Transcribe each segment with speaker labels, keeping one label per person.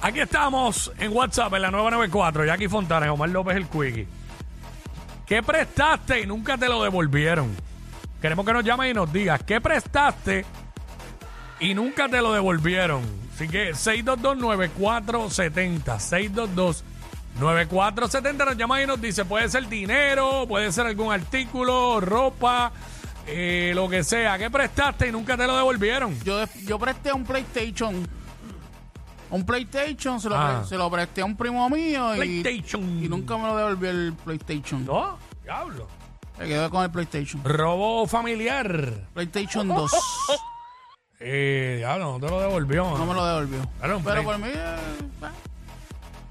Speaker 1: Aquí estamos en WhatsApp en la 994, Jackie Fontana, y Omar López el Quickie. ¿Qué prestaste y nunca te lo devolvieron? Queremos que nos llames y nos digas, ¿qué prestaste y nunca te lo devolvieron? Así que 622-9470, 622-9470 nos llamas y nos dice, puede ser dinero, puede ser algún artículo, ropa, eh, lo que sea. ¿Qué prestaste y nunca te lo devolvieron?
Speaker 2: Yo, yo presté un PlayStation. Un PlayStation, se lo,
Speaker 1: Ah.
Speaker 2: pre- se lo presté a un primo mío y,
Speaker 1: PlayStation.
Speaker 2: y nunca me lo devolvió el PlayStation.
Speaker 1: No, diablo.
Speaker 2: Me quedé con el PlayStation.
Speaker 1: Robo familiar.
Speaker 2: PlayStation 2.
Speaker 1: Eh, diablo, no te lo devolvió.
Speaker 2: No me lo devolvió.
Speaker 1: Era un
Speaker 2: Pero
Speaker 1: Play-
Speaker 2: por mí, eh, bah,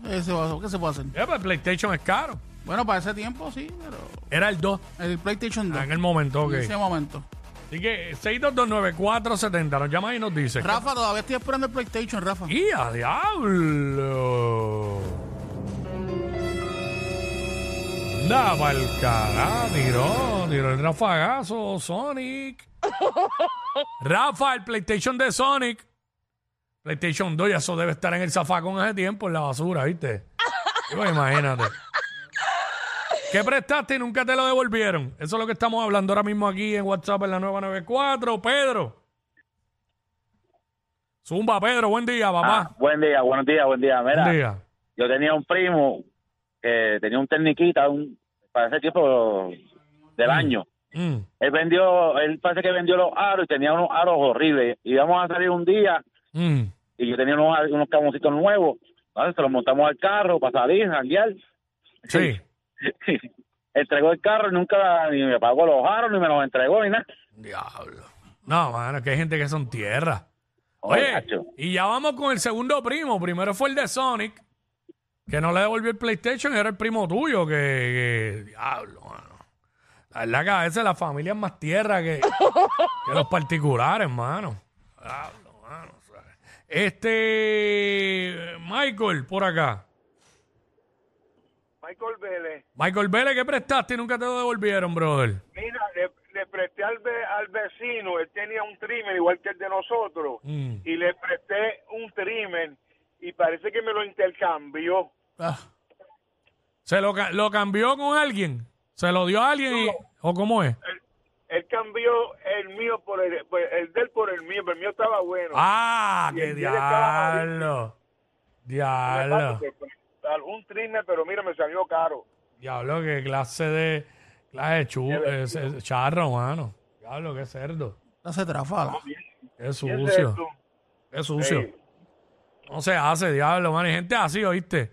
Speaker 2: eh, se va- ¿qué se puede hacer?
Speaker 1: Eh, pues, PlayStation es caro.
Speaker 2: Bueno, para ese tiempo sí, pero
Speaker 1: Era el 2
Speaker 2: el PlayStation 2.
Speaker 1: en el momento, Ah, ok.
Speaker 2: En ese momento.
Speaker 1: Así que eh, 6229470 nos llama y nos dice.
Speaker 2: Rafa, todavía estoy esperando el PlayStation, Rafa.
Speaker 1: ¡Y a diablo! Anda pa'l carajo, tiró, tiró el rafagazo, Sonic. Rafa, el PlayStation de Sonic. PlayStation 2, ya eso debe estar en el zafacón hace tiempo, en la basura, ¿viste? Pues, imagínate. ¿Qué prestaste y nunca te lo devolvieron? Eso es lo que estamos hablando ahora mismo aquí en WhatsApp en la 994. Pedro. Zumba, Pedro, buen día,
Speaker 3: Ah,
Speaker 1: papá.
Speaker 3: buen día, buenos días, buen día. Mira,
Speaker 1: Buen día.
Speaker 3: yo tenía un primo que tenía un tecniquita un, para ese tiempo del año.
Speaker 1: Mm.
Speaker 3: Él vendió, él parece que vendió los aros y tenía unos aros horribles. Y íbamos a salir un día
Speaker 1: Mm,
Speaker 3: y yo tenía unos, ar- unos caboncitos nuevos. Entonces se los montamos al carro para salir, janguear.
Speaker 1: sí.
Speaker 3: entregó el carro y nunca ni me pagó los aros, ni me los entregó, ni nada.
Speaker 1: Diablo. No, mano, que hay gente que son tierra. Oye,
Speaker 3: Oye,
Speaker 1: y ya vamos con el segundo primo. Primero fue el de Sonic, que no le devolvió el PlayStation, era el primo tuyo, que. que- diablo, mano. La verdad que a veces la familia es más tierra que, que los particulares, mano. Diablo, mano. o sea. Este. Michael, por acá.
Speaker 4: Michael Vélez.
Speaker 1: Michael Vélez, ¿qué prestaste y nunca te lo devolvieron, brother?
Speaker 4: Mira, le, le presté al, ve- al vecino, él tenía un trimmer igual que el de nosotros,
Speaker 1: Mm.
Speaker 4: y le presté un trimmer y parece que me lo intercambió.
Speaker 2: Ah,
Speaker 1: ¿Se lo, ca- lo cambió con alguien? ¿Se lo dio a alguien? y- ¿O cómo es?
Speaker 4: Él cambió el mío por el, por el de él por el mío, pero el mío estaba bueno.
Speaker 1: ¡Ah!
Speaker 4: Y
Speaker 1: ¡Qué
Speaker 4: el día que estaba
Speaker 1: diablo!
Speaker 4: Me
Speaker 1: Diablo.
Speaker 4: pasa que fue Un trimmer, pero mira, me salió caro.
Speaker 1: Diablo, qué clase de. Clase de chu, eh, se- charro, mano. Diablo, qué cerdo.
Speaker 2: no se trafala.
Speaker 1: Qué
Speaker 4: Ese es
Speaker 1: sucio.
Speaker 4: tú.
Speaker 1: Qué sucio.
Speaker 4: Sí.
Speaker 1: No se hace, diablo, mano. Hay gente así, ¿oíste?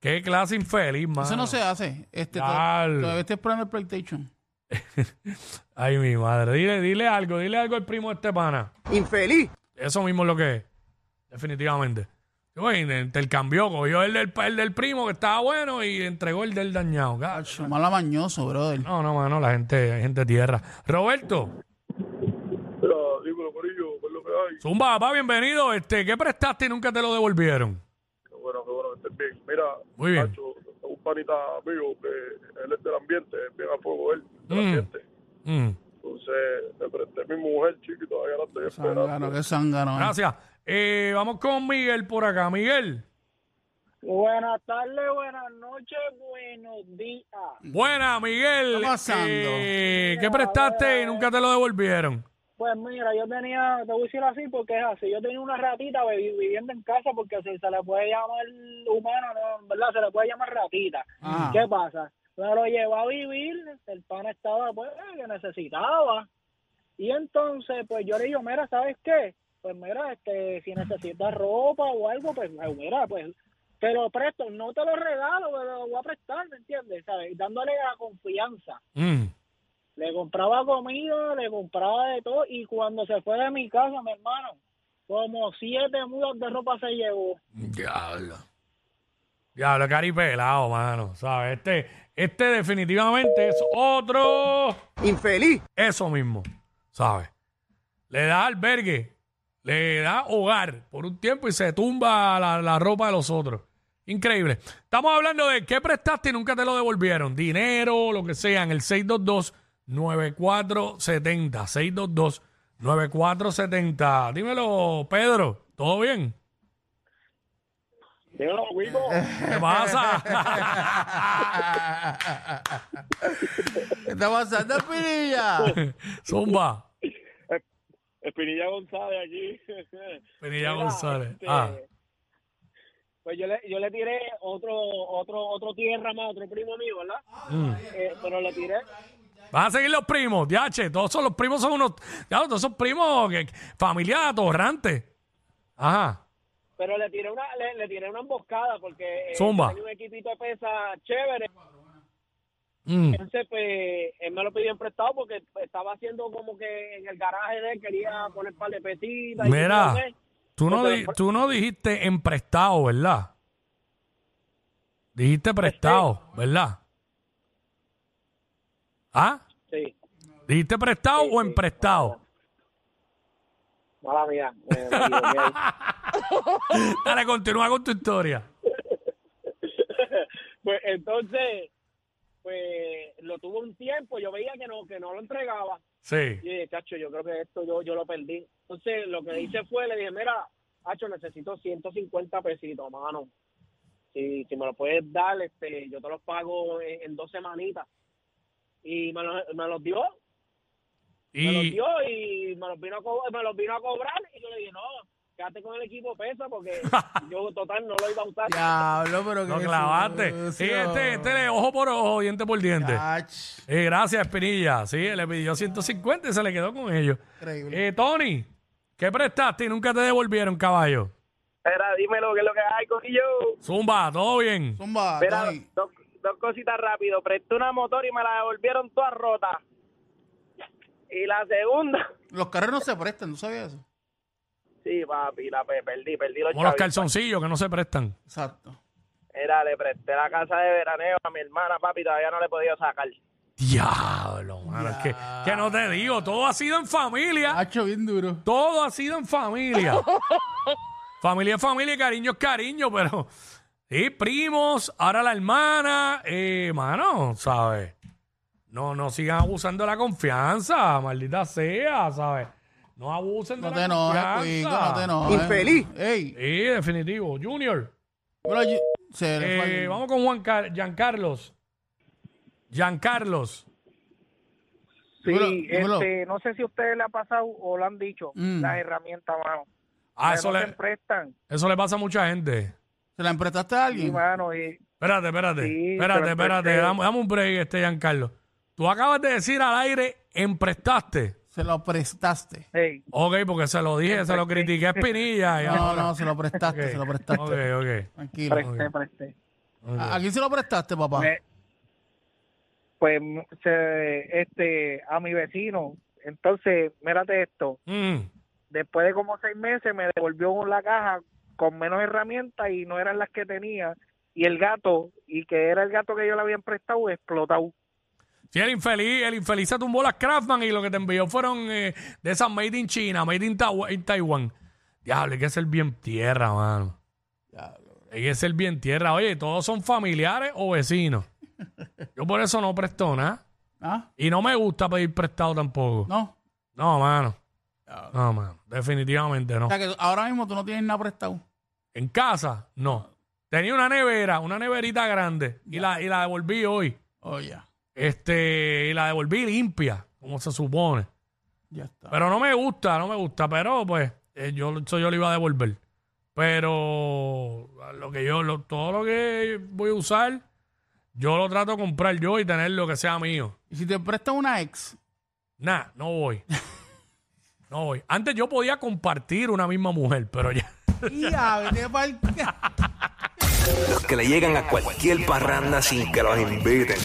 Speaker 1: Qué clase infeliz, mano.
Speaker 2: Eso no se hace. Este, to-
Speaker 1: Dale.
Speaker 2: todavía estoy esperando el PlayStation.
Speaker 1: Ay, mi madre. Dile, dile algo, dile algo al primo de este pana.
Speaker 5: infeliz.
Speaker 1: Eso mismo es lo que es. Definitivamente. Bueno, intercambió, cogió el del, el del primo que estaba bueno y entregó el del dañado. Gacho.
Speaker 2: Mala mañoso, brother.
Speaker 1: No, no, mano, la gente, hay gente tierra. Roberto, Zumba, papá, bienvenido. Este, ¿qué prestaste y nunca te lo devolvieron?
Speaker 6: Bueno, qué bueno que estés bien. Mira,
Speaker 1: Muy bien.
Speaker 6: Nacho, un
Speaker 4: ah,
Speaker 6: panita mío que él es del ambiente, es bien a fuego él, del
Speaker 1: Mm.
Speaker 6: ambiente.
Speaker 1: Mm,
Speaker 6: Entonces, le presté a mi mujer, chico, y todavía la estoy esperando.
Speaker 2: Zángano, qué zángano. eh.
Speaker 1: gracias. Eh, vamos con Miguel por acá. Miguel,
Speaker 7: Buenas tardes, buenas noches, buenos días.
Speaker 1: buena, Miguel.
Speaker 2: Está pasando.
Speaker 1: Eh, ¿Qué prestaste y nunca te lo devolvieron?
Speaker 7: Pues mira, yo tenía, te voy a decir así porque es así, yo tenía una ratita bebi- viviendo en casa porque se, se le puede llamar humano, no, en ¿verdad? Se le puede llamar ratita.
Speaker 2: Ah.
Speaker 7: ¿Qué pasa? Me lo llevó a vivir, el pan estaba pues eh, que necesitaba. Y entonces, pues yo le digo, mira, ¿sabes qué? Pues mira, este, si necesitas ropa o algo, pues eh, mira, pues te lo presto, no te lo regalo, pero lo voy a prestar, ¿me entiendes? ¿Sabes? Dándole la confianza.
Speaker 1: Mm,
Speaker 7: Le compraba comida, le compraba de todo y cuando se fue de mi casa, mi hermano, Como siete mudas de ropa se llevó.
Speaker 1: Diablo. Diablo, cari pelado, mano. ¿Sabes? Este, este definitivamente es otro.
Speaker 5: Infeliz.
Speaker 1: Eso mismo. ¿Sabes? Le da albergue, le da hogar por un tiempo y se tumba la, la ropa de los otros. Increíble. Estamos hablando de qué prestaste y nunca te lo devolvieron. Dinero, lo que sea, en el 622-9470. 622-9470. Dímelo, Pedro. ¿Todo bien?
Speaker 4: Dímelo, Guido.
Speaker 1: ¿Qué pasa?
Speaker 2: ¿Qué está pasando, Pirilla?
Speaker 1: Zumba.
Speaker 4: Espinilla González aquí.
Speaker 1: Pinilla
Speaker 7: Mira,
Speaker 1: González.
Speaker 7: este,
Speaker 1: Ah,
Speaker 7: Pues yo le, yo le tiré otro, otro, otro tierra más, otro primo mío, ¿verdad?
Speaker 1: Mm.
Speaker 7: Eh, pero le tiré,
Speaker 1: Van a seguir los primos, diache. Todos son- los primos son unos. Ya, todos esos primos, que, familia atorrante. Ajá.
Speaker 7: pero le tiré una, le, le tiré una emboscada porque eh,
Speaker 1: Zumba.
Speaker 7: tenía un equipito de pesa chévere.
Speaker 1: Mm.
Speaker 7: Entonces, pues, él me lo pidió en prestado porque pues, estaba haciendo como que en el garaje de él quería poner un par de petitas. y pues.
Speaker 1: Mira,
Speaker 7: no sé.
Speaker 1: tú no,
Speaker 7: Pero-
Speaker 1: di- tú no dijiste en prestado, ¿verdad? Dijiste prestado, ¿verdad? ¿Ah?
Speaker 7: Sí,
Speaker 1: ¿Dijiste prestado o en prestado?
Speaker 7: mala mía. me- me equivoqué ahí.
Speaker 1: Dale, continúa con tu historia.
Speaker 7: pues entonces, pues, lo tuvo un tiempo. Yo veía que no, que no lo entregaba.
Speaker 1: Sí.
Speaker 7: Y dije, chacho, yo creo que esto yo, yo lo perdí. Entonces, lo que hice fue, le dije, mira, hacho, necesito 150 pesitos, mano. Si, si me lo puedes dar, este, yo te los pago en, en dos semanitas. Y me, lo- me los dio, me los
Speaker 1: Y,
Speaker 7: dio y me los, vino a co- me los vino a cobrar. Y yo le dije, no, quédate con el equipo pesa porque yo total no lo iba a usar.
Speaker 2: Diablo, pero que.
Speaker 1: lo clavaste. Sí, este, este de ojo por ojo, diente por diente. Eh, gracias, Espinilla. Sí, le pidió 150 y se le quedó con ellos.
Speaker 2: Increíble.
Speaker 1: Eh, Tony, ¿qué prestaste y nunca te devolvieron, caballo?
Speaker 4: Era, dímelo, ¿qué es lo que hay, Corillo?
Speaker 1: Zumba, ¿todo bien?
Speaker 2: Zumba,
Speaker 4: Mira,
Speaker 2: Tony.
Speaker 4: dos, dos cositas rápido. Presté una motor y me la devolvieron toda rota. Y la segunda...
Speaker 2: Los carros no se prestan, ¿no sabías eso?
Speaker 4: Sí, papi, la pe- perdí, perdí los
Speaker 1: Como los
Speaker 4: chavitos.
Speaker 1: calzoncillos que no se prestan.
Speaker 2: Exacto.
Speaker 4: Era, le presté la casa de veraneo a mi hermana, papi, todavía no le he podido sacar.
Speaker 1: Diablo, mano. Es que, que no te digo, todo ha sido en familia.
Speaker 2: Hacho bien duro.
Speaker 1: Todo ha sido en familia. familia es familia, y cariño es cariño, pero. Sí, primos, ahora la hermana. Eh, mano, ¿sabes? No, no sigan abusando de la confianza, maldita sea, ¿sabes? No abusen de
Speaker 2: No te
Speaker 1: la
Speaker 2: enojes, Cuico,
Speaker 1: confianza.
Speaker 2: no te enojes.
Speaker 5: Infeliz.
Speaker 2: Ey.
Speaker 1: Sí, definitivo. Junior,
Speaker 2: Bueno, yo- se le fue
Speaker 1: eh,
Speaker 2: el-
Speaker 1: vamos con Juan Car Giancarlos. Giancarlos.
Speaker 7: Sí,
Speaker 2: Dímelo, dímelo.
Speaker 7: este, no sé si a ustedes le ha pasado o lo han dicho,
Speaker 2: Mm.
Speaker 7: las herramientas, mano.
Speaker 1: Ah,
Speaker 7: que
Speaker 1: eso
Speaker 7: no
Speaker 1: le,
Speaker 7: se prestan.
Speaker 1: eso le pasa a mucha gente.
Speaker 2: ¿Se la emprestaste a
Speaker 7: Sí,
Speaker 1: Mm.
Speaker 2: alguien?
Speaker 7: mano, y
Speaker 1: Espérate, espérate.
Speaker 7: Sí, te
Speaker 1: espérate,
Speaker 7: lo
Speaker 1: espérate.
Speaker 7: presté.
Speaker 1: Dame, dame un break, este Giancarlo. Tú acabas de decir al aire, emprestaste.
Speaker 2: Se lo prestaste.
Speaker 7: hey,
Speaker 1: Ok, porque se lo dije, se lo critiqué a Espinilla. y
Speaker 2: No,
Speaker 1: Eh, ahora-
Speaker 2: no, se lo prestaste, se lo prestaste. Ah,
Speaker 1: Ok, ok.
Speaker 2: Tranquilo.
Speaker 7: presté, presté.
Speaker 1: ok.
Speaker 2: ¿A, a quién se lo prestaste,
Speaker 1: Ah.
Speaker 2: papá?
Speaker 7: Me- pues se, este, a mi vecino. Entonces, mírate esto.
Speaker 1: Mm,
Speaker 7: Después de como seis meses me devolvió la caja con menos herramientas y no eran las que tenía. Y el gato, y que era el gato que yo le había prestado, explotado.
Speaker 1: Sí, el infeliz, el infeliz se tumbó las Craftman y lo que te envió fueron eh, de esas made in China, made in, Tawa- in Taiwan. Diablo, hay que ser bien tierra, mano. Hay que ser bien tierra. Oye, todos son familiares o vecinos. Yo por eso no presto nada.
Speaker 2: ¿Ah?
Speaker 1: Y no me gusta pedir prestado tampoco.
Speaker 2: ¿No?
Speaker 1: No, mano. No, mano. Definitivamente no.
Speaker 2: O sea, que ahora mismo tú no tienes nada prestado.
Speaker 1: En casa, no. Tenía una nevera, una neverita grande. Y la, y la devolví hoy.
Speaker 2: Oh, ya.
Speaker 1: Este, y la devolví limpia, como se supone.
Speaker 2: Ya está.
Speaker 1: Pero no me gusta, no me gusta. Pero pues, eh, yo, eso yo le iba a devolver. Pero lo que yo, lo- todo lo que voy a usar, yo lo trato de comprar yo y tener lo que sea mío.
Speaker 2: ¿Y si te prestas una ex?
Speaker 1: Nah, no voy. No voy. Antes yo podía compartir una misma mujer, pero ya.
Speaker 2: Ya, vete pa'l-
Speaker 8: Los que le llegan a cualquier parranda sin que los inviten.